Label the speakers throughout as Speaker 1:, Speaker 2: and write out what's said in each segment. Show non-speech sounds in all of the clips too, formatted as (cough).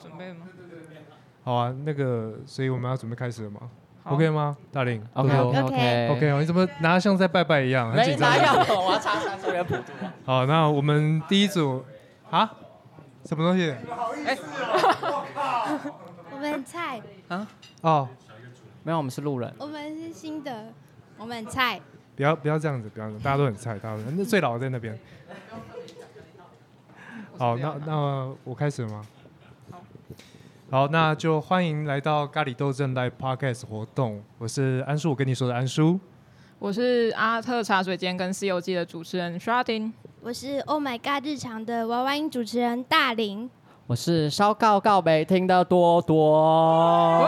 Speaker 1: 准备吗？
Speaker 2: 好啊，那个，所以我们要准备开始了吗
Speaker 1: 好
Speaker 2: ？OK 吗，大林
Speaker 3: OK
Speaker 2: OK
Speaker 3: OK
Speaker 2: OK 哦，你怎么拿得像在拜拜一样？很
Speaker 4: 没
Speaker 2: 紧张
Speaker 4: 拿。药粉，我要插三十元普渡啊。
Speaker 2: 好，那我们第一组啊，什么东西？
Speaker 5: 我们很菜，
Speaker 2: 哦，
Speaker 3: 没有，我们是路人。
Speaker 5: 我们是新的，我们很菜。
Speaker 2: 不要不要这样子，不要这样，大家都很菜，大家都那最老的在那边。好，那那我开始了吗？好，那就欢迎来到咖喱斗争 Live Podcast 活动，我是安叔，我跟你说的安叔。
Speaker 1: 我是阿特茶水间跟《西游记》的主持人 Sharding。
Speaker 5: 我是 Oh My God 日常的娃娃音主持人大林。
Speaker 3: 我是烧告告北听的多多。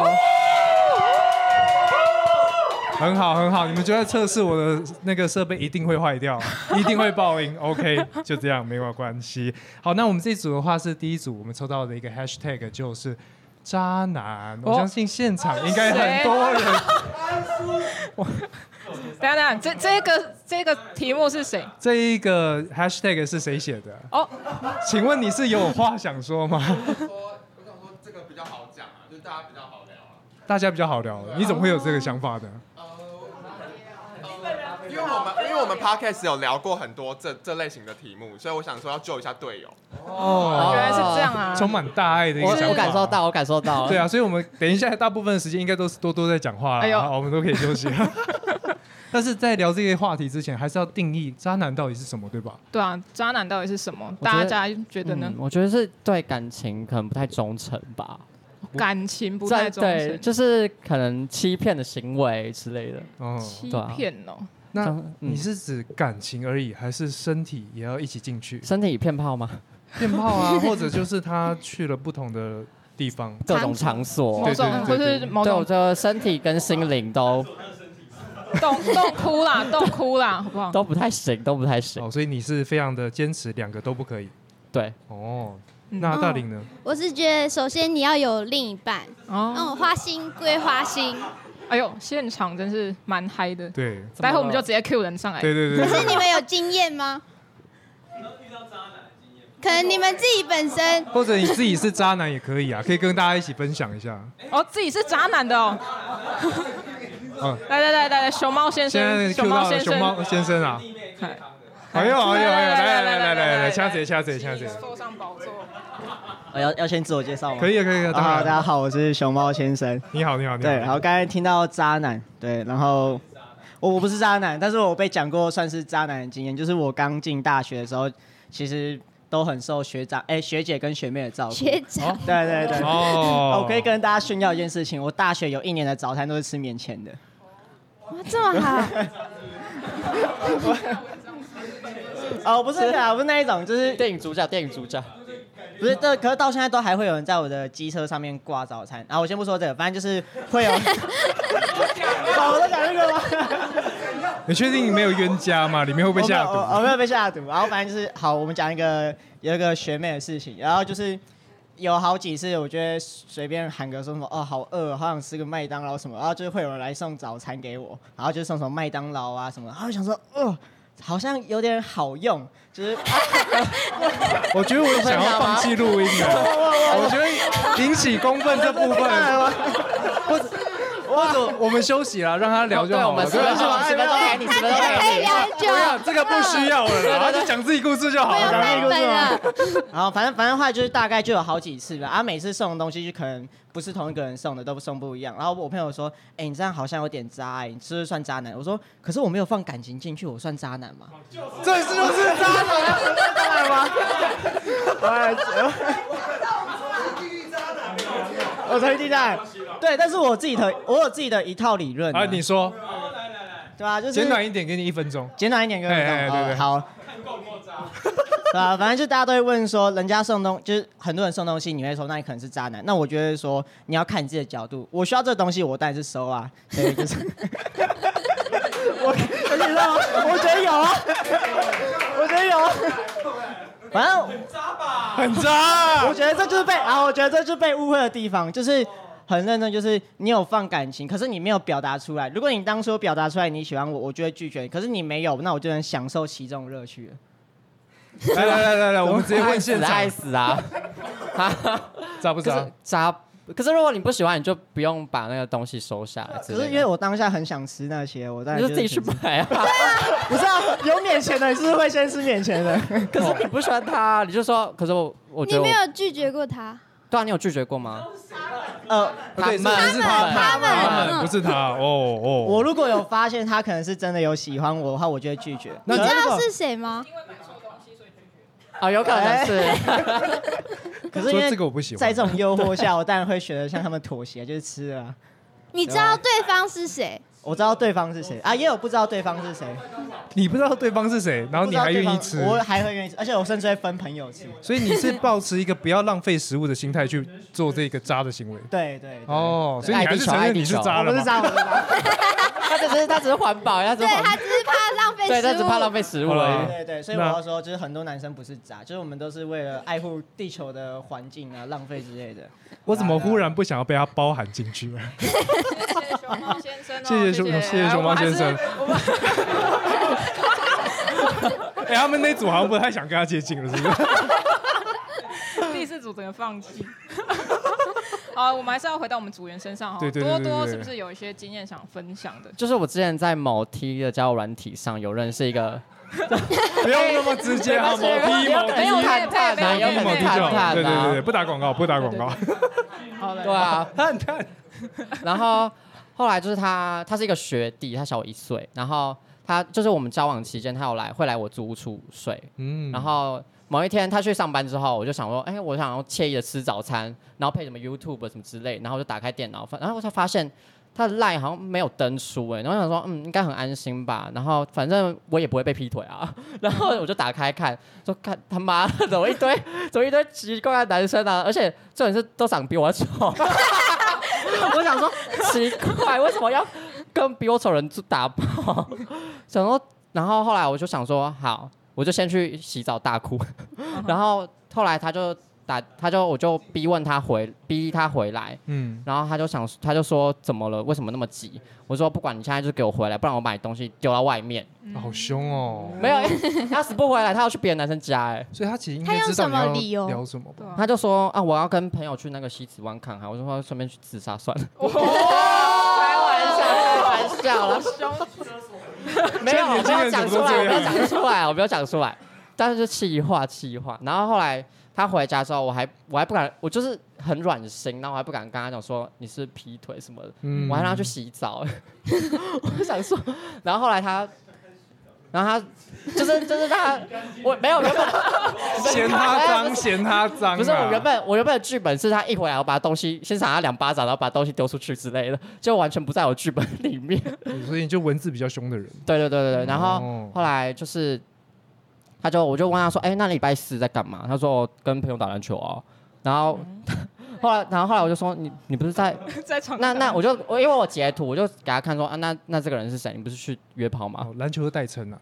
Speaker 2: 很好，很好，你们就在测试我的那个设备一定会坏掉，
Speaker 1: (laughs)
Speaker 2: 一定会爆音。OK，就这样，没有关系。好，那我们这一组的话是第一组，我们抽到的一个 hashtag 就是渣男。我
Speaker 1: 哦
Speaker 2: 相信现场应该很多人，
Speaker 1: 等一下等一下，这这个这个题目是谁？
Speaker 2: 这一个 hashtag 是谁写的？
Speaker 1: 哦，
Speaker 2: 请问你是有话想说吗？
Speaker 6: 我想说这个比较好讲啊，就大家比较好聊啊。
Speaker 2: 大家比较好聊，你怎么会有这个想法的？
Speaker 6: 因为我们因为我们 podcast 有聊过很多这这类型的题目，所以我想说要救一下队友。
Speaker 2: 哦，
Speaker 1: 原来是这样啊！
Speaker 2: 充满大爱的一个
Speaker 3: 我
Speaker 2: 想法。
Speaker 3: 我感受到，我感受到。
Speaker 2: (laughs) 对，啊，所以我们等一下大部分的时间应该都是多多在讲话了，
Speaker 1: 哎呦
Speaker 2: 好我们都可以休息。 (laughs) 但是在聊这些话题之前，还是要定义渣男到底是什么，对吧？
Speaker 1: 对啊，渣男到底是什么？
Speaker 3: 我觉
Speaker 1: 大
Speaker 3: 得
Speaker 1: 家觉得呢
Speaker 3: 嗯？，我觉得是对感情可能不太忠诚吧，
Speaker 1: 感情不太忠
Speaker 3: 在对，
Speaker 1: 诚，
Speaker 3: 就是可能欺骗的行为之类的。
Speaker 2: 哦，
Speaker 1: 欺
Speaker 3: 对啊
Speaker 1: 骗哦。
Speaker 2: 那
Speaker 3: 嗯
Speaker 2: 你是指感情而已，还是身体也要一起进
Speaker 7: (laughs)
Speaker 2: 去？
Speaker 3: 身体骗炮吗？
Speaker 2: (laughs) 骗炮啊，或者就是他去了不同的地方？
Speaker 3: 各种场所
Speaker 1: 某。种
Speaker 2: 对
Speaker 1: 或
Speaker 2: 对对
Speaker 1: 是某
Speaker 3: 对，我
Speaker 1: 种
Speaker 3: 觉得身体跟心灵都
Speaker 1: 动动哭啦，动哭啦，好不好？
Speaker 3: 都不太行，都不太行。
Speaker 2: 哦，所以你是非常的坚持，两个都不可以。
Speaker 3: 对，
Speaker 2: 哦，那
Speaker 5: 嗯
Speaker 2: 大林
Speaker 8: 哦
Speaker 2: 呢？
Speaker 5: 我是觉得，首先你要有另一半，
Speaker 1: 哦，
Speaker 5: 嗯，花心归花心，
Speaker 1: 哎呦，现场真是蛮嗨的，
Speaker 2: 对，
Speaker 1: 待会我们就直接 Q 人上来。
Speaker 2: 对对对
Speaker 5: 可是
Speaker 2: 对，
Speaker 5: 你们有经验吗？可能你们自己本身
Speaker 2: 或者你自己是渣男也可以啊，可以跟大家一起分享一下。
Speaker 1: 哦，自己是渣男的哦。
Speaker 2: (laughs) 嗯
Speaker 1: 来来来来来，熊猫先
Speaker 2: 现在
Speaker 1: 生，
Speaker 2: Q
Speaker 1: 猫
Speaker 2: 到
Speaker 1: 先
Speaker 2: 了
Speaker 1: 生，
Speaker 2: 熊猫先生啊。
Speaker 1: 嗨，
Speaker 2: 哎呦哎呦哎呦！
Speaker 1: 来
Speaker 2: 来来
Speaker 1: 来来
Speaker 2: 来来
Speaker 1: 来
Speaker 2: 来
Speaker 1: 来
Speaker 2: 来，
Speaker 1: 来
Speaker 2: 掐指掐指掐指，
Speaker 1: 坐上宝座。
Speaker 9: 我哦要要先自我介绍吗？
Speaker 2: 可
Speaker 9: 以。
Speaker 2: 以可以，
Speaker 9: 好，大
Speaker 2: 大
Speaker 9: 家
Speaker 2: 家
Speaker 9: 好，我是熊猫先生。
Speaker 2: 你好你好你
Speaker 9: 对，然
Speaker 2: 好，
Speaker 9: 后刚才听到渣男，对，然后我我不是渣男，但是我被讲过算是渣男的经验，就是我刚进大学的时候，其实都很受学长、哎、学姐跟学妹的照顾。
Speaker 5: 学长
Speaker 9: 对对对。
Speaker 2: 哦，
Speaker 9: 我可以跟大家炫耀一件事情，我大学有一年的早餐都是吃免钱的。
Speaker 5: 哇这么好，
Speaker 9: 哦，不是啊，不是那一种，就是
Speaker 3: 电影主角，电影主角，
Speaker 9: 不是这，可是到现在都还会有人在我的机车上面挂早餐。然后我先不说这个，反正就是会有。哦，我在讲这个吗？
Speaker 2: 你确定你没有冤家吗？里面会不会下
Speaker 9: 我没有我我
Speaker 2: 毒？
Speaker 9: 哦没有被下毒。然后反正就是好，我们讲一个有一个学妹的事情，然后就是有好几次，我觉得随便喊个说什么哦，好饿，好想吃个麦当劳什么，然后就是会有人来送早餐给我，然后就送什么麦当劳啊什么，然后我想说哦。好像有点好用，就是、啊
Speaker 2: 我觉得我想要放弃录音了，我觉得引起公愤这部分，或者我们休息了，让他聊就好了。
Speaker 3: 对我们
Speaker 2: 对
Speaker 9: 哦
Speaker 2: 吧
Speaker 3: 十分钟
Speaker 9: 啊
Speaker 3: 给你，十分钟
Speaker 5: 他可
Speaker 3: 给
Speaker 5: 以
Speaker 3: 你。
Speaker 5: 聊
Speaker 2: 不要
Speaker 8: 啊
Speaker 5: 久，
Speaker 2: 啊这个不需要了啦，他就讲自己故事就好
Speaker 5: 没有
Speaker 2: 了。
Speaker 5: 版本了，
Speaker 9: 然后反正反正后来就是大概就有好几次吧，啊，每次送的东西就可能不是同一个人送的，都不送不一样。然后我朋友说，哎、你这样好像有点渣、哎，你是不是算渣男？我说，可是我没有放感情进去，我算渣男吗？
Speaker 2: 这是不是渣
Speaker 9: (laughs)
Speaker 2: 男？啊
Speaker 9: 我才地带，对，但是我自己的，我有自己的一套理论啊、
Speaker 2: 啊，你说
Speaker 9: 对啊，就是
Speaker 2: 简短一点，给你一分钟。
Speaker 9: 简短一点跟我
Speaker 2: 哎哎
Speaker 9: 讲，
Speaker 2: 对对
Speaker 9: 好， (laughs) 好对啊，反正就大家都会问说，人家送东，就是很多人送东西，你会说那你可能是渣男。那我觉得说，你要看你自己的角度，我需要这东西，我当然是收 (laughs) 啊。所以就是，我而且你知道吗？我觉得有啊，我觉得有啊。 (laughs) 反正
Speaker 2: 很渣
Speaker 9: 我，觉得这就是被啊，我觉得这就是被误会的地方，就是很认真，就是你有放感情，可是你没有表达出来。如果你当初有表达出来你喜欢我，我就会拒绝你；可是你没有，那我就能享受其中的乐趣
Speaker 2: (laughs)
Speaker 9: 了。
Speaker 2: 来来来来来，我们直接问现场
Speaker 3: 爱，死啊！
Speaker 2: 渣不
Speaker 7: 可
Speaker 2: 渣
Speaker 7: 是？渣，可是如果你不喜欢，你就不用把那个东西收下来之类
Speaker 9: 可
Speaker 7: 的。
Speaker 9: 是因为我当下很想吃那些，我当
Speaker 7: 你
Speaker 9: 然
Speaker 7: 就
Speaker 9: 就
Speaker 7: 自己去
Speaker 9: 选择
Speaker 7: 买啊，
Speaker 9: 不是啊，有免钱的，你是不是会先吃免钱 (laughs) 的？
Speaker 7: 可是你不喜欢他，你就说，可是我我
Speaker 5: 你
Speaker 7: 觉得我
Speaker 5: 没，有拒绝过他，
Speaker 7: 对啊，你有拒绝过吗？
Speaker 9: 呃，
Speaker 2: 不对，是不是
Speaker 5: 他们他
Speaker 2: 他
Speaker 5: 们
Speaker 2: 们不是他哦哦。
Speaker 9: 我如果有发现他可能是真的有喜欢我的话，我就会拒绝。
Speaker 5: 你
Speaker 2: 那
Speaker 5: 知
Speaker 2: 可是如
Speaker 5: 道
Speaker 2: 果
Speaker 5: 是谁吗？
Speaker 7: 啊，有可能是，
Speaker 9: 可是
Speaker 2: 所
Speaker 9: 因
Speaker 2: 以
Speaker 9: 为
Speaker 2: 这个我不喜欢，
Speaker 9: 在这种诱惑下，我当然会选择向他们妥协，就是吃了啊。
Speaker 5: 你知道对方是谁？
Speaker 9: 我知道对方是谁啊，也有不知道对方是谁，
Speaker 2: 你不知道对方是谁，然后哦
Speaker 9: 不
Speaker 2: 你
Speaker 9: 知道
Speaker 2: 还
Speaker 9: 对
Speaker 2: 愿意
Speaker 9: 方
Speaker 2: 吃，
Speaker 9: 我还会愿意吃，而且我甚至会分朋友吃。
Speaker 2: 所以你是抱持一个不要浪费食物的心态去做这个渣的行为。
Speaker 9: 对对，对
Speaker 2: 哦，所以你还是承认你是渣
Speaker 9: 我
Speaker 2: 了嘛
Speaker 9: 不是？渣，我不是渣。
Speaker 7: 他只是他只是环保，他只
Speaker 5: 对
Speaker 7: 是环
Speaker 5: 他只是怕浪费
Speaker 7: 对，他只怕浪
Speaker 5: 食物。
Speaker 7: 费食物
Speaker 2: 好
Speaker 7: 而
Speaker 2: 啦
Speaker 7: 已。
Speaker 9: 对对，所以我
Speaker 2: 那
Speaker 9: 要说，就是很多男生不是渣，就是我们都是为了爱护地球的环境啊、浪费之类的。
Speaker 2: 我怎么忽然不想要被他包含进去了？
Speaker 1: 谢熊猫先生哦，
Speaker 2: 谢谢熊谢谢熊猫先生
Speaker 1: 哎我们还是我们
Speaker 2: 哎，他们那组好像不太想跟他接近了，是不是？
Speaker 1: (laughs) 第四组整个放弃。 (laughs) 好，我们还是要回到我们组员身上哈。
Speaker 2: 对对对
Speaker 1: 多
Speaker 2: 对对
Speaker 1: 多
Speaker 2: 对
Speaker 1: 是不是有一些经验想分享的？
Speaker 7: 就是我之前在某 T 的交友软体上有认识一个，
Speaker 2: 不要那么直接啊，某批某批
Speaker 7: 没有
Speaker 1: 业
Speaker 7: 谈判啊，
Speaker 1: 配
Speaker 7: 有
Speaker 1: 没有
Speaker 2: 某
Speaker 7: 可能
Speaker 1: 业配
Speaker 2: 批
Speaker 7: 谈
Speaker 2: 就
Speaker 7: 判
Speaker 2: 好，
Speaker 7: 啊，
Speaker 2: 对对对对，不打广告，不打广告。
Speaker 1: 好嘞，
Speaker 7: 对啊。
Speaker 2: 看看，
Speaker 7: 然后后来就是他，他是一个学弟，他小我一岁。然后他就是我们交往期间，他有来会来我租屋处睡。
Speaker 2: 嗯
Speaker 7: 然后某一天他去上班之后，我就想说，哎，我想要惬意的吃早餐，然后配什么 YouTube 什么之类，然后我就打开电脑，反然后我才发现。他的 line 好像没有登出哎、然后我想说，嗯，应该很安心吧。然后反正我也不会被劈腿啊。 (laughs) 然后我就打开看，说看他妈的，怎么一堆 (laughs) 怎么一堆奇怪的男生啊？而且重点是都长得比我丑。 (laughs) 我想说奇怪，为什么要跟比我丑人打炮？ (laughs) 想说，然后后来我就想说，好，我就先去洗澡大哭。然后后来他就打，他就我就逼问他回，逼他回来。
Speaker 2: 嗯，
Speaker 7: 然后他就想，他就说怎么了？为什么那么急？我说不管你现在就给我回来，不然我把你东西丢到外面。
Speaker 2: 好凶哦。
Speaker 5: 嗯
Speaker 7: 没有， (laughs) 他死不回来，他要去别的男生家哎、
Speaker 2: 所以他其实应
Speaker 5: 他
Speaker 2: 该
Speaker 5: 用
Speaker 2: 知道
Speaker 5: 什
Speaker 2: 你
Speaker 5: 么
Speaker 2: 要
Speaker 5: 理由
Speaker 2: 聊什么吧。
Speaker 1: 对啊
Speaker 7: 他就说啊，我要跟朋友去那个西子湾看海，我就说顺便去自杀算了。
Speaker 1: 哦开玩笑，
Speaker 7: 开玩笑了，
Speaker 1: 凶
Speaker 7: 没有，我
Speaker 2: 现在年
Speaker 7: 不要
Speaker 2: 轻人
Speaker 7: 讲
Speaker 2: 怎
Speaker 7: 出
Speaker 2: 么
Speaker 7: 来，
Speaker 2: 都这
Speaker 7: 我
Speaker 2: 样
Speaker 7: 不要讲出来，我不要讲出来。 (laughs) 但是就气话气话，然后后来他回家之后，我还我还不敢，我就是很软心，然后我还不敢跟他讲说你是劈腿什么的，
Speaker 2: 嗯
Speaker 7: 我还让他去洗澡。 (laughs) 我想说，然后后来他，然后他就是就是让他，我没有原本
Speaker 2: (laughs) 嫌他脏，嫌他脏啊。
Speaker 7: 不是我原本我原本的剧本是他一回来我把东西先赏他两巴掌，然后把东西丢出去之类的，就完全不在我剧本里面。
Speaker 2: 所以你就文字比较凶的人。
Speaker 7: 对对对对对，然后
Speaker 2: 哦
Speaker 7: 后来就是，他就我就问他说，哎、那礼拜四在干嘛？他说我跟朋友打篮球啊。然后
Speaker 2: 嗯
Speaker 7: (laughs) 后来，然后后来我就说你你不是在 (laughs)
Speaker 1: 在床
Speaker 7: 那
Speaker 1: 上
Speaker 7: 那我就我因为我截图，我就给他看说啊那那这个人是谁？你不是去约炮吗？
Speaker 2: 哦，篮球的代称啊。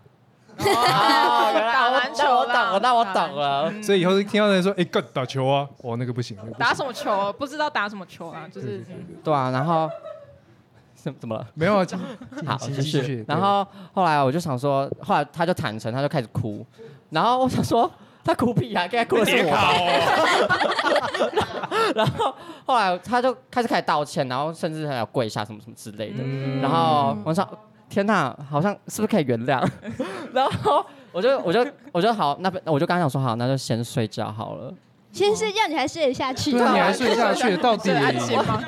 Speaker 7: 哦，
Speaker 1: (laughs)
Speaker 7: 原来
Speaker 1: 打
Speaker 7: 我
Speaker 1: 篮球
Speaker 7: 那我
Speaker 1: 啦嗯
Speaker 7: 懂了，那我
Speaker 1: 打
Speaker 7: 懂了。
Speaker 2: 所以以后听到人说，哎，干打球啊，哦，那个不行，那个不行
Speaker 1: (laughs) 打什么球？不知道打什么球啊，就是
Speaker 7: 对啊，然后怎怎么了？
Speaker 2: 没有啊，
Speaker 7: 好，
Speaker 2: 继续继
Speaker 7: 继续
Speaker 2: 续。
Speaker 7: 然后后来我就想说，后来他就坦诚，他就开始哭，然后我想说他哭屁啊，该哭的是我吧。 (laughs) 然后后来他就开始开始道歉，然后甚至还有跪下什么什么之类的。然后我想，天哪，好像是不是可以原谅？ (laughs) 然后我就我就我就好，那我就刚想说好，那就先睡觉好了。
Speaker 5: 先睡觉，你还睡得下去？
Speaker 2: 对啊，你还睡下去，到底
Speaker 1: 最安心吗？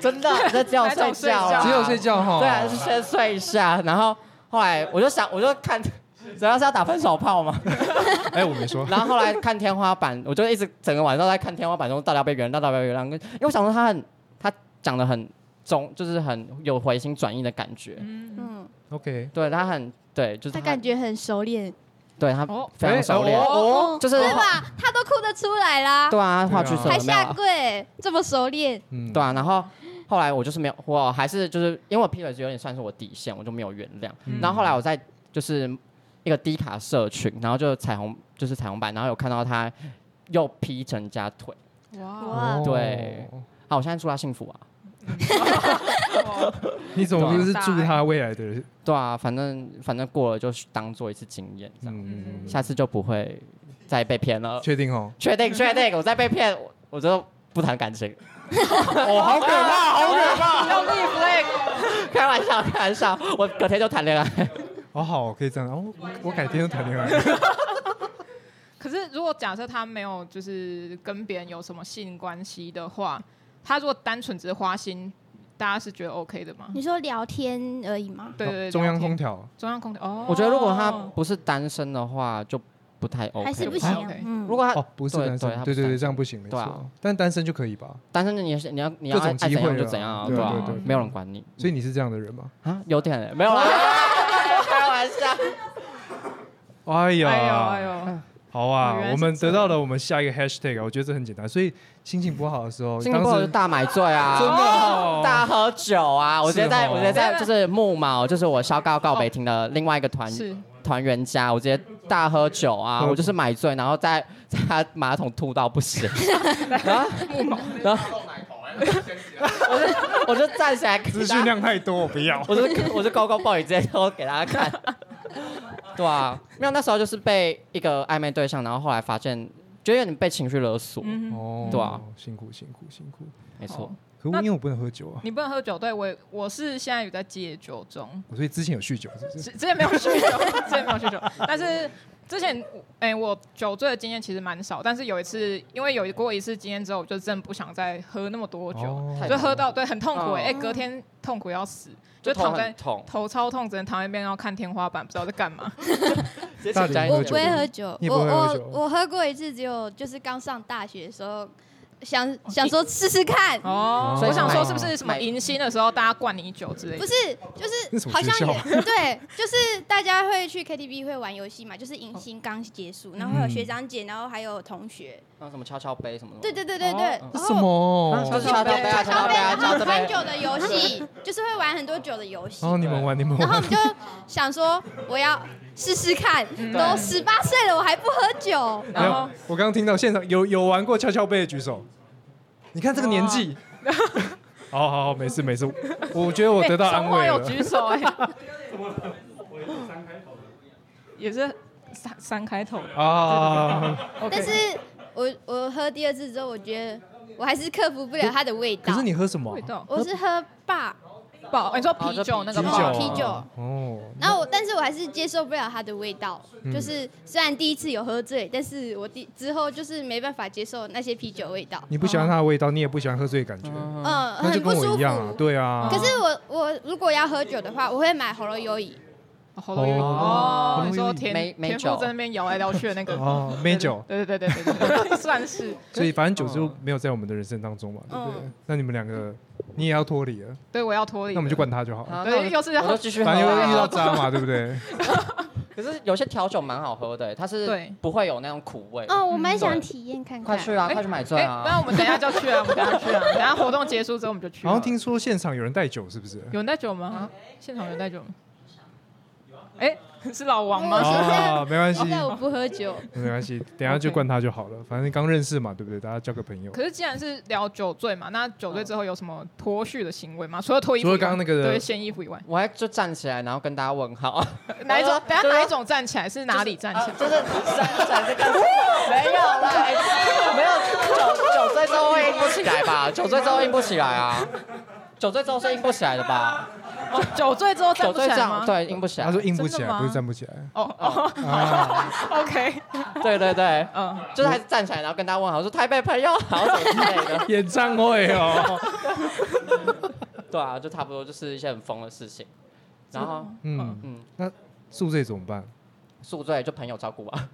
Speaker 7: 真的，这只 (laughs) 有睡觉啊，
Speaker 2: 只有睡觉哈。
Speaker 7: 对啊，就先睡一下。然后后来我就想，我就看， (laughs) 主要是要打分手炮嘛。 (laughs)
Speaker 2: 哎，我没说。
Speaker 7: 然后后来看天花板，我就一直整个晚上在看天花板，说到底要被原谅，到底要被原谅。因为我想说他很，他讲的很中，就是很有回心转意的感觉。
Speaker 5: 嗯，
Speaker 2: OK，
Speaker 7: 对他很对，就是
Speaker 5: 他感觉很熟练，
Speaker 7: 对他
Speaker 1: 哦
Speaker 7: 非常熟练。
Speaker 2: 哎
Speaker 7: 哦，就是
Speaker 5: 对吧？他都哭得出来啦，
Speaker 7: 对啊，话剧
Speaker 2: 对
Speaker 7: 社
Speaker 2: 啊
Speaker 8: 哦
Speaker 5: 还
Speaker 7: 有没有
Speaker 5: 下
Speaker 7: 啊？
Speaker 5: 跪，这么熟练。
Speaker 2: 嗯，
Speaker 7: 对啊，然后后来我就是没有，我还是就是因为我劈腿是有点算是我底线，我就没有原谅。
Speaker 2: 嗯
Speaker 7: 然后后来我在就是一个低卡社群，然后就彩虹就是彩虹版，然后有看到他又劈成加腿。
Speaker 1: 哇，
Speaker 5: 哇，
Speaker 7: 对啊，我现在祝他幸福啊！
Speaker 2: 你怎么就是祝他未来的？
Speaker 7: 啊对啊，反正反正过了就当做一次经验，这样、
Speaker 2: 嗯，
Speaker 7: 下次就不会再被骗了。
Speaker 2: 确定哦。
Speaker 7: 确定确定，我再被骗，我我就不谈
Speaker 2: (laughs)
Speaker 7: 感情， (laughs)
Speaker 6: 哦，好可怕，好可怕！
Speaker 1: 要立 flag，
Speaker 7: 开玩笑，开玩笑，我隔天就谈恋爱。
Speaker 2: 哦，好，可以这样。哦，我我改天就谈恋爱。
Speaker 1: 可是如果假设他没有就是跟别人有什么性关系的话，他如果单纯只是花心，大家是觉得 OK 的吗？
Speaker 5: 你说聊天而已吗？
Speaker 2: (laughs)
Speaker 1: 对对对，
Speaker 2: 中央
Speaker 1: 空
Speaker 2: 空调，
Speaker 1: 中央空调哦。
Speaker 7: 我觉得如果他不是单身的话，就不太 OK。
Speaker 5: 还是不
Speaker 1: 啊
Speaker 5: 行
Speaker 1: ，OK？
Speaker 5: 嗯，
Speaker 7: 如果他
Speaker 2: 哦，不是
Speaker 7: 对
Speaker 2: 单
Speaker 7: 对
Speaker 2: 身，
Speaker 7: 他
Speaker 2: 对
Speaker 7: 不是
Speaker 2: 对对，
Speaker 7: 单
Speaker 2: 这样不行，没
Speaker 7: 对啊
Speaker 2: 错。但单身就可以吧？
Speaker 7: 单身的你也是你要你要
Speaker 2: 各
Speaker 7: 爱
Speaker 2: 种
Speaker 7: 爱怎
Speaker 2: 机会
Speaker 7: 样就
Speaker 2: 啊
Speaker 7: 怎样啊，
Speaker 2: 对
Speaker 7: 对
Speaker 2: 啊
Speaker 7: 啊
Speaker 2: 对啊，
Speaker 7: 没有人管你
Speaker 2: 所以你是这样的人吗？
Speaker 7: 啊，有点欸
Speaker 2: (laughs)
Speaker 7: 没有啦，开玩笑。
Speaker 2: 哦哎呀，
Speaker 1: 哎呦哎呦，
Speaker 2: 好
Speaker 1: 哦
Speaker 2: 啊
Speaker 1: 原来，是
Speaker 2: 我们
Speaker 1: 这
Speaker 2: 得
Speaker 1: 样
Speaker 2: 到了我们下一个 hashtag，啊我觉得这很简单。所以心情不好的时候，
Speaker 7: 心情不好
Speaker 2: 当
Speaker 7: 就
Speaker 2: 时
Speaker 7: 大买醉啊，
Speaker 2: 真的哦
Speaker 7: 大喝酒啊！我直接在
Speaker 2: 是哦
Speaker 7: 我直接在就是木马，就是我烧
Speaker 5: 哦
Speaker 7: 高告北亭的另外一个团
Speaker 1: 是
Speaker 7: 团员家，我直接大喝酒啊！
Speaker 2: 喝
Speaker 7: 我就是买醉，然后在 (laughs) 在他马桶吐到
Speaker 5: (laughs)
Speaker 7: 不行，然后然后 (laughs) 我就我就站起来给
Speaker 2: 资
Speaker 7: 他
Speaker 2: 讯量太多，我不要。
Speaker 7: (laughs) 我是我是高高暴雨直接偷给大家看， (laughs) 对啊，没有那时候就是被一个暧昧对象，然后后来发现，觉得有点被情绪勒索，
Speaker 1: 嗯哦哼，
Speaker 2: 哦
Speaker 7: 对啊，
Speaker 2: 辛苦辛苦辛苦。
Speaker 7: 没错，
Speaker 2: 可我
Speaker 1: 那
Speaker 2: 因为我不能喝酒啊，
Speaker 1: 你不能喝酒，对我也我是现在有在戒酒中，
Speaker 2: 我所以之前有酗酒，是不是？
Speaker 1: 之之前没有酗酒，之前没有酗酒，但是之前哎、我酒醉的经验其实蛮少，但是有一次，因为有过一次经验之后，我就真的不想再喝那么多酒，
Speaker 2: 哦
Speaker 1: 就喝到对很痛苦哎、
Speaker 7: 哦
Speaker 1: 哎隔天痛苦要死，就
Speaker 7: 就头
Speaker 1: 躺
Speaker 7: 很
Speaker 1: 在。
Speaker 7: 痛，
Speaker 1: 头超痛，只能躺在一边，然后看天花板，不知道在干嘛。哦
Speaker 7: 直接
Speaker 2: 大
Speaker 7: 请假
Speaker 2: 家
Speaker 7: 一
Speaker 2: 喝
Speaker 7: 个
Speaker 2: 酒
Speaker 8: 我
Speaker 7: 月
Speaker 8: 不会喝酒，
Speaker 2: 你也
Speaker 8: 我
Speaker 2: 不会喝酒
Speaker 8: 我我喝过一次，只有就是刚上大学的时候，想
Speaker 2: 哦
Speaker 8: 想说试试看，
Speaker 1: 哦，
Speaker 2: 所以
Speaker 1: 我想
Speaker 2: 买
Speaker 1: 说是不是什么
Speaker 7: 买
Speaker 1: 迎新的时候大家灌你酒之类
Speaker 8: 不
Speaker 1: 的？
Speaker 8: 是就
Speaker 2: 那什
Speaker 8: 是
Speaker 2: 么
Speaker 8: 好像
Speaker 2: 学校啊
Speaker 8: 也 (laughs) 对，就是大家会去 KTV 会玩游戏嘛，就是迎新刚结束，然后会有
Speaker 2: 嗯
Speaker 8: 学长姐，然后还有同学，
Speaker 7: 那什么跷跷杯什么的，
Speaker 8: 对对对对对，
Speaker 7: 哦
Speaker 8: 然后
Speaker 2: 什么？
Speaker 7: 啊，就是跷跷杯啊，跷
Speaker 8: 小
Speaker 7: 跷
Speaker 8: 杯
Speaker 7: 杯啊，
Speaker 8: 然
Speaker 7: 跷
Speaker 8: 后
Speaker 7: 跷
Speaker 8: 很
Speaker 7: 杯，
Speaker 8: 久的游戏，就是会玩很多久的游戏
Speaker 2: 然，后哦你们玩，你们
Speaker 8: 然后我
Speaker 2: 玩
Speaker 8: 们。就想说我要试试看，
Speaker 2: 嗯
Speaker 8: 都十八岁了我还不喝酒，
Speaker 2: (laughs) 没
Speaker 1: 然后
Speaker 2: 有，我刚刚听到现场有有玩过跷跷杯的举手。你看这个年纪。 (laughs) 好好好，没事没事，我觉得我得到
Speaker 1: 哎
Speaker 2: 安
Speaker 1: 中华
Speaker 2: 慰
Speaker 1: 有
Speaker 2: 了。
Speaker 1: 举手
Speaker 2: (laughs)
Speaker 1: 哎、也是三三开头的。
Speaker 2: 啊！
Speaker 8: 但是我我喝第二次之后，我觉得我还是克服不了它的味道。
Speaker 2: 可是你喝什么啊？
Speaker 1: 味道
Speaker 8: 我是喝霸
Speaker 1: 爆，哦你说啤酒那
Speaker 2: 啤
Speaker 1: 个
Speaker 2: 酒
Speaker 1: 爆
Speaker 2: 啊，
Speaker 8: 哦啤酒
Speaker 2: 哦，
Speaker 8: 然后我，但是我还是接受不了它的味道。
Speaker 2: 嗯
Speaker 8: 就是虽然第一次有喝醉，但是我第之后就是没办法接受那些啤酒味道，
Speaker 2: 你不喜欢它的味道，你也不喜欢喝醉的感觉，
Speaker 8: 嗯，
Speaker 2: 那就
Speaker 8: 很
Speaker 2: 跟
Speaker 8: 不
Speaker 2: 我
Speaker 8: 舒
Speaker 2: 一样啊。
Speaker 8: 服。
Speaker 2: 对啊
Speaker 8: 可，是我我如果要喝酒的话，我会买喉咙优饮，
Speaker 1: 喉咙有
Speaker 2: 哦
Speaker 1: 哦，你说
Speaker 2: 有
Speaker 1: 田
Speaker 7: 没没
Speaker 1: 田
Speaker 7: 酒
Speaker 1: 馥甄那边摇来摇去的那个
Speaker 2: (laughs) 哦，美酒，
Speaker 1: 对对对对对对对，嗯算是
Speaker 2: 所以反正酒就没有在我们的人生当中嘛，对不对？那你们两个，你也要脱离了，
Speaker 1: 对我要脱离。
Speaker 2: 那我们就，管他就好了。
Speaker 7: 啊
Speaker 1: 对，又是
Speaker 7: 我就继续喝
Speaker 2: 反正又遇到
Speaker 7: 啊。
Speaker 2: 渣
Speaker 1: (laughs)
Speaker 2: 嘛，对不对？
Speaker 7: (laughs) 可是有些调酒蛮好喝的，欸它是
Speaker 1: 对
Speaker 7: 不会有那种苦味。
Speaker 5: 哦，我
Speaker 2: 嗯
Speaker 5: 蛮想体验看
Speaker 7: 快
Speaker 5: 看。
Speaker 7: 去啊，
Speaker 1: 哎
Speaker 7: 快去买醉
Speaker 1: 哎，
Speaker 7: 啊！
Speaker 1: 那我们等一下就去啊，我们等一下去啊，等一下活动结束之后我们就去啊。
Speaker 2: 好像听说现场有人带酒，是不是？
Speaker 1: 有人带酒吗？现场有人带酒吗？哎，是老王
Speaker 8: 我
Speaker 1: 吗？
Speaker 8: 现在
Speaker 2: 啊，没关系，
Speaker 8: 哦但
Speaker 1: 哦
Speaker 8: 我不喝酒。
Speaker 2: 没关系，等一下就灌他就好了。反正刚认识嘛，对不对？大家交个朋
Speaker 1: (laughs)
Speaker 2: 友。
Speaker 1: 可是既然是聊酒醉嘛，那酒醉之后有什么脱序的行为吗？除了脱衣服以
Speaker 2: 除
Speaker 1: 外，
Speaker 2: 了刚刚那个
Speaker 1: 对掀衣服以外，
Speaker 7: 我还就站起来，然后跟大家问好。
Speaker 1: 哪一种？等一下
Speaker 7: 对啊
Speaker 1: 哪一种站起来是哪里站起来？
Speaker 7: 就是闪闪这个，没有啦，没有酒酒醉之后会硬不起来吧？酒醉之后硬不起来啊，酒醉之后是硬不起来的吧？
Speaker 1: 酒醉之后站
Speaker 7: 酒
Speaker 1: 不
Speaker 7: 醉
Speaker 1: 起
Speaker 7: 这
Speaker 1: 来吗
Speaker 7: 样？对硬不起来
Speaker 2: 他，说硬不起
Speaker 1: 啊真的
Speaker 2: 来，
Speaker 1: 吗
Speaker 2: 不是站不起来。
Speaker 1: 哦哦
Speaker 2: 啊
Speaker 1: ，OK，
Speaker 7: 对对对，
Speaker 1: 嗯。
Speaker 7: 就是还是站起来，然后跟大家问好，说台北朋友好什么之类的，
Speaker 2: 演唱会
Speaker 1: (laughs)
Speaker 2: 哦，
Speaker 7: 对啊，就差不多就是一些很疯的事情。然后
Speaker 2: 嗯，
Speaker 7: 嗯，
Speaker 2: 宿醉怎么办？
Speaker 7: 宿醉就朋友照顾吧，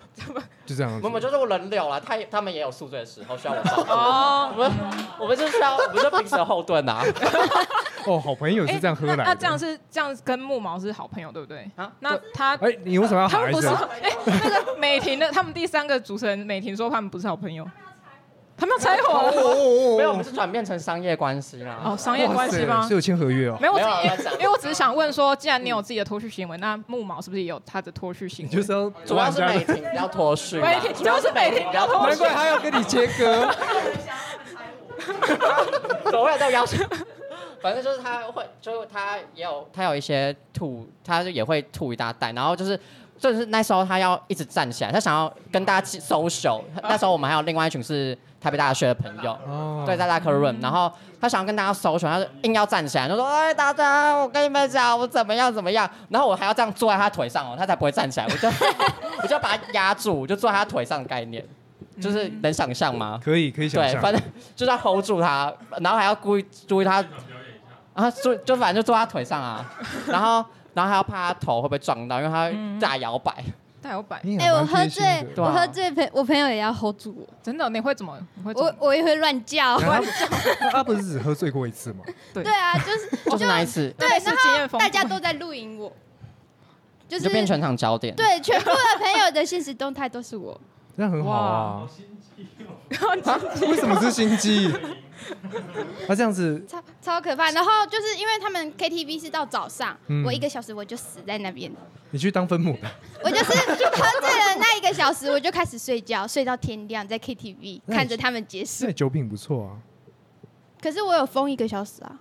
Speaker 2: 就这样
Speaker 7: 我们
Speaker 2: 子。
Speaker 7: 就是我轮流啦，他也他们也有宿醉的时候需要我照顾。我
Speaker 1: 哦，
Speaker 2: (laughs)
Speaker 7: 们我们就需要，我们就彼此的后盾啊。
Speaker 2: (laughs) 哦，好朋友是这样喝来的。
Speaker 1: 哎那那这样是这样跟木毛是好朋友，对不对？
Speaker 7: 啊
Speaker 1: 那他
Speaker 2: 哎，你为什么要
Speaker 1: 他
Speaker 2: 好
Speaker 1: 们
Speaker 2: 孩
Speaker 1: 不
Speaker 2: 子啊
Speaker 1: 是？哎，那个美婷的他们第三个主持人美婷说他们不是好朋友，他们要拆伙
Speaker 7: 没有，我们是转变成商业关系啦。
Speaker 1: 哦，商业关系
Speaker 2: 哇
Speaker 1: 吗
Speaker 2: 塞是？有签合约哦。
Speaker 1: 没有，我
Speaker 7: 没有啊
Speaker 1: 只因
Speaker 7: 我在想
Speaker 1: 为因为我只是想问说，既然你有自己的脱序行为，那木毛是不是也有他的脱序行
Speaker 2: 你
Speaker 1: 为？
Speaker 2: 就是要
Speaker 7: 主要是美婷比较脱序啦，
Speaker 1: 美婷就是美婷比较脱
Speaker 2: 难
Speaker 1: 序
Speaker 2: 怪，他要跟你切割。
Speaker 7: 总会都要求。反正就是他会，就是他也有他有一些吐，他就也会吐一大袋，然后就是就是那时候他要一直站起来，他想要跟大家 social。那时候我们还有另外一群是台北大学的朋友，
Speaker 2: 哦
Speaker 7: 对，在拉克
Speaker 8: 嗯
Speaker 7: 润，然后他想要跟大家 social，他就硬要站起来，他说：“哎，大家，我跟你们讲，我怎么样怎么样。”然后我还要这样坐在他腿上哦，他才不会站起来，
Speaker 8: (laughs)
Speaker 7: 我就我就把他压住，我就坐在他腿上的概念，就是能想象
Speaker 8: 嗯
Speaker 7: 吗？
Speaker 2: 可以可以想
Speaker 7: 对，
Speaker 2: 象，
Speaker 7: 反正就是要 hold 住他，然后还要故意注意他，啊，就就反正就坐他腿上
Speaker 8: (laughs)
Speaker 7: 啊，然后然后还要怕他头会不会撞到，因为他
Speaker 8: 嗯
Speaker 7: 会大摇摆。
Speaker 1: 大摇摆，
Speaker 2: 你也
Speaker 8: 哎、我
Speaker 2: 蛮
Speaker 8: 喝
Speaker 2: 贴心的
Speaker 8: 醉，我喝醉，朋我朋友也要 hold 住我，
Speaker 1: 真的你会怎么？你会怎么
Speaker 8: 我我也会乱叫。
Speaker 2: 然后啊他 (laughs) 他不是只喝醉过一次吗？
Speaker 8: (laughs) 对啊，就是
Speaker 7: 就是那一次，
Speaker 8: 对，
Speaker 1: 那是经验
Speaker 8: 然后
Speaker 1: 丰富
Speaker 8: 大家都在录影我，就
Speaker 7: 你
Speaker 8: 是
Speaker 7: 就变全场焦点。
Speaker 8: 对全部的朋友的现实动态都是我。
Speaker 2: 那很好啊，
Speaker 1: 然后
Speaker 2: 为什么是心机？他这样子
Speaker 8: (laughs) 超超可怕。然后就是因为他们 KTV 是到早上，
Speaker 2: 嗯
Speaker 8: 我一个小时我就死在那 (laughs) 边，
Speaker 2: 你去当分母吧，
Speaker 8: 我就是喝醉了那一个小时，我就开始睡觉，睡到天亮，在 KTV
Speaker 2: 那你
Speaker 8: 看着他们结
Speaker 2: 这
Speaker 8: 束
Speaker 2: 个。酒品不错啊。
Speaker 8: 可是我有疯一个小时啊！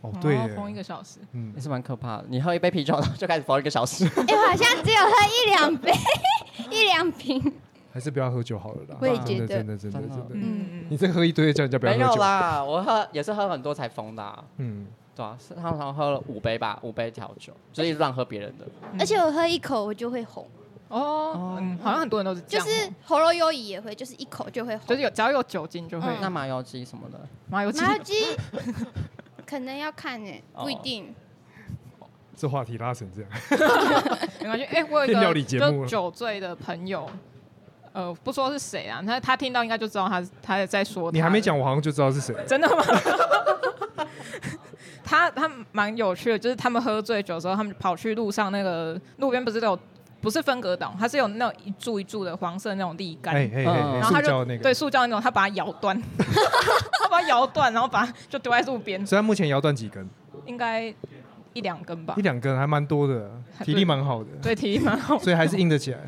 Speaker 2: 哦， (laughs) 对
Speaker 1: 然后封一
Speaker 2: 耶，
Speaker 1: 个小时，
Speaker 2: 嗯
Speaker 7: 也，是蛮可怕的。你喝一杯啤酒，然后就开始跑一个小时。
Speaker 8: (laughs) 哎、我好像只有喝一两杯， (laughs) 一两瓶。
Speaker 2: 还是不要喝酒好了啦。
Speaker 8: 我也觉得
Speaker 2: 真的真的真
Speaker 7: 真的
Speaker 2: 的真的，
Speaker 1: 嗯，
Speaker 2: 你再喝一堆叫人家不要
Speaker 7: 没有
Speaker 2: 喝酒。
Speaker 7: 啦，我喝也是喝很多才疯的、啊，
Speaker 2: 嗯，
Speaker 7: 对啊，是他们好像喝了五杯吧，五杯调酒，就是一直乱喝别人的。
Speaker 1: 嗯
Speaker 8: 而且我喝一口我就会红，
Speaker 1: 哦，嗯，好像很多人都是这
Speaker 8: 就
Speaker 1: 样哦，
Speaker 8: 是喉咙优怡也会，就是一口就会红。
Speaker 1: 就是有只要有酒精就会
Speaker 8: 嗯
Speaker 7: 那麻油鸡什么的，
Speaker 1: 麻油鸡，
Speaker 8: 麻油鸡
Speaker 1: (laughs)
Speaker 8: 可能要看诶、
Speaker 1: 哦
Speaker 8: 不一定。
Speaker 2: 这话题拉成这样，
Speaker 1: 没关系。哎，我有一
Speaker 2: (laughs) 变料
Speaker 1: 个
Speaker 2: 理节目
Speaker 1: 就
Speaker 2: 了
Speaker 1: 酒醉的朋友，呃，不说是谁啊，他他听到应该就知道他他在说他
Speaker 2: 你还没讲，我好像就知道是谁了。
Speaker 1: 真的吗？ (laughs) 他他蛮有趣的，就是他们喝醉酒之后，他们跑去路上那个路边不是都有不是分隔岛，它是有那种一柱一柱的黄色那种沥杆，
Speaker 2: 哎哎哎，
Speaker 7: 嗯
Speaker 1: 然后
Speaker 2: 塑
Speaker 1: 他
Speaker 2: 胶
Speaker 1: 就
Speaker 2: 的那个。
Speaker 1: 对塑胶那种，他把它摇断， (laughs) 他把它摇断，然后把它就丢在路边，
Speaker 2: 所以他目前摇断几根？
Speaker 1: 应该一两根吧
Speaker 2: 一，两根还蛮多的，体力蛮好的，
Speaker 1: 对，体力蛮好，
Speaker 2: 所以还是硬得起来。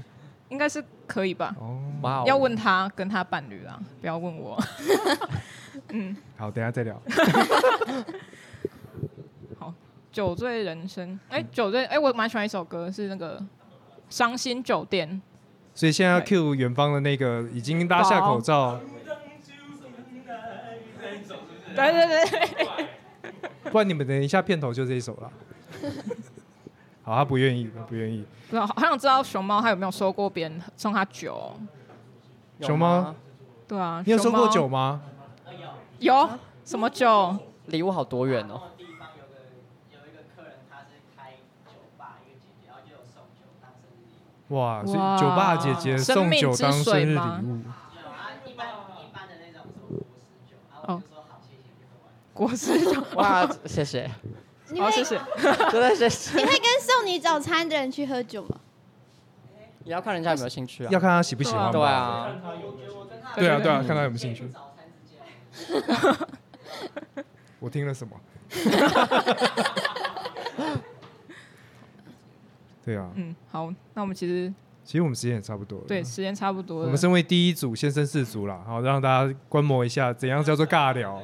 Speaker 1: 应该是可以吧。
Speaker 2: 哦，
Speaker 7: 哇、哦，
Speaker 1: 要问他跟他伴侣啦，不要问我。 (laughs) 嗯，
Speaker 2: 好，等一下再聊。
Speaker 1: 酒醉人生，哎、酒醉，哎、我蛮喜欢一首歌，是那个《伤心酒店》。
Speaker 2: 所以现在要
Speaker 1: 对
Speaker 2: cue 远方的那个已经拉下口罩，
Speaker 1: 对对 (laughs) 对，
Speaker 2: 不然你们等一下片头就这一首
Speaker 1: (laughs)
Speaker 2: 了。好，他不愿意，他不愿意。
Speaker 1: 不知道，啊好想知道熊猫它有没有收过别人送它酒？
Speaker 7: 有
Speaker 2: 熊
Speaker 7: 吗
Speaker 2: 猫？
Speaker 1: 对啊，
Speaker 2: 你有收
Speaker 1: 熊猫
Speaker 2: 过酒？吗？
Speaker 1: 有什么酒？
Speaker 7: 礼物好多元哦。
Speaker 2: 哇，所以
Speaker 1: 哇
Speaker 2: 酒吧姐姐送酒当
Speaker 1: 生命之
Speaker 2: 生
Speaker 1: 水
Speaker 2: 日礼
Speaker 1: 吗
Speaker 2: 物，
Speaker 1: 哦，果汁酒。
Speaker 7: 哇，谢谢，
Speaker 8: 你
Speaker 1: 好，
Speaker 8: 会
Speaker 1: 谢谢。
Speaker 7: 真的谢谢。
Speaker 8: (laughs) 你会跟送你早餐的人去喝酒吗？
Speaker 7: 也 (laughs) 要看人家有没有兴趣啊。
Speaker 2: 要看他喜不喜欢吧。
Speaker 7: 对，
Speaker 2: 对
Speaker 7: 啊，
Speaker 2: 啊，对啊，看他有没有兴趣。 (laughs) 我听了什么？对啊，
Speaker 1: 嗯，好，那我们其实
Speaker 2: 其实我们时间也差不多了。
Speaker 1: 对时间差不多
Speaker 2: 嗯我
Speaker 1: 了
Speaker 2: 们。身为第一组先生士卒啦，好让大家观摩一下怎样叫做尬聊，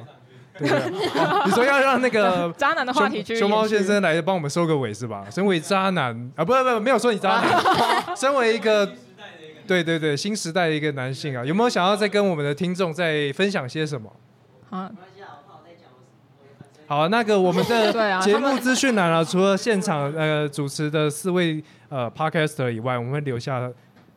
Speaker 2: 对不对？哦你说要让那个
Speaker 1: 渣男的话题去
Speaker 2: 熊熊猫
Speaker 1: 延续
Speaker 2: 先生来帮我们收个尾是吧？身为渣男啊，不不不，没有说你渣男，身为一个。对对对，新时代的一个男性啊，有没有想要再跟我们的听众再分享些什么？
Speaker 1: 啊，
Speaker 2: 好，那个我们
Speaker 1: 对啊
Speaker 2: 的节
Speaker 1: 他
Speaker 2: 目资讯栏啊，除了现场呃主持的四位呃 podcaster 以外，我们会留下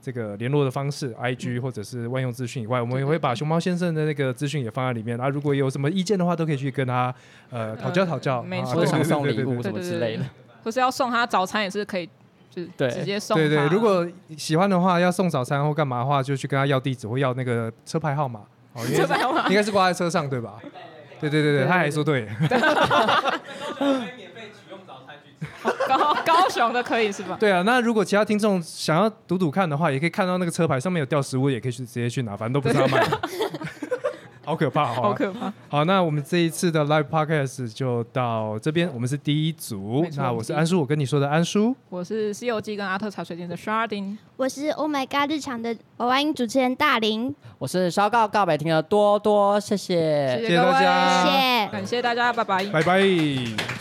Speaker 2: 这个联络的方式，IG 或者是万用资讯以外，我们也会把熊猫先生的那个资讯也放在里面啊。如果有什么意见的话，都可以去跟他呃讨教
Speaker 1: 呃
Speaker 2: 讨教，
Speaker 1: 没
Speaker 2: 啊
Speaker 1: 错
Speaker 7: 或
Speaker 2: 对对
Speaker 7: 者想
Speaker 2: 对
Speaker 7: 送
Speaker 2: 对
Speaker 7: 礼
Speaker 2: 对
Speaker 7: 物
Speaker 2: 对
Speaker 7: 什么之类的。
Speaker 1: 或是要送他早餐也是可以，就是
Speaker 7: 对
Speaker 1: 直接送他。
Speaker 2: 对对，
Speaker 1: (laughs)
Speaker 2: 如果喜欢的话，要送早餐或干嘛的话，就去跟他要地址或要那个车牌号码，哦，因为
Speaker 1: 车牌号码
Speaker 2: (laughs) 应该是挂在车上对吧？对对对对，他还说对， (laughs)
Speaker 1: 高高雄的可以是吧？
Speaker 2: 对啊，那如果其他听众想要赌赌看的话，也可以看到那个车牌上面有掉食物，也可以去直接去拿，反正都不是他卖的。 (laughs) 好可怕，好
Speaker 1: 好
Speaker 2: 啊
Speaker 1: 可怕。
Speaker 2: 好，那我们这一次的 live podcast 就到这边，我们是第一组
Speaker 1: 没。错
Speaker 2: 那
Speaker 1: 我
Speaker 2: 我
Speaker 1: 们
Speaker 2: 是
Speaker 1: 第一
Speaker 2: 安叔，我跟你说的安叔，
Speaker 1: 我是《西游记》跟阿特茶水间的 Sharding。
Speaker 5: 我是 Oh My God 日常的娃娃音主持人大林，
Speaker 7: 我是烧告告白听的多多，谢谢
Speaker 1: 谢
Speaker 2: 哎谢谢
Speaker 1: 各位，
Speaker 2: 大家
Speaker 5: 谢谢。
Speaker 1: 感谢大家，拜拜。
Speaker 2: 拜拜。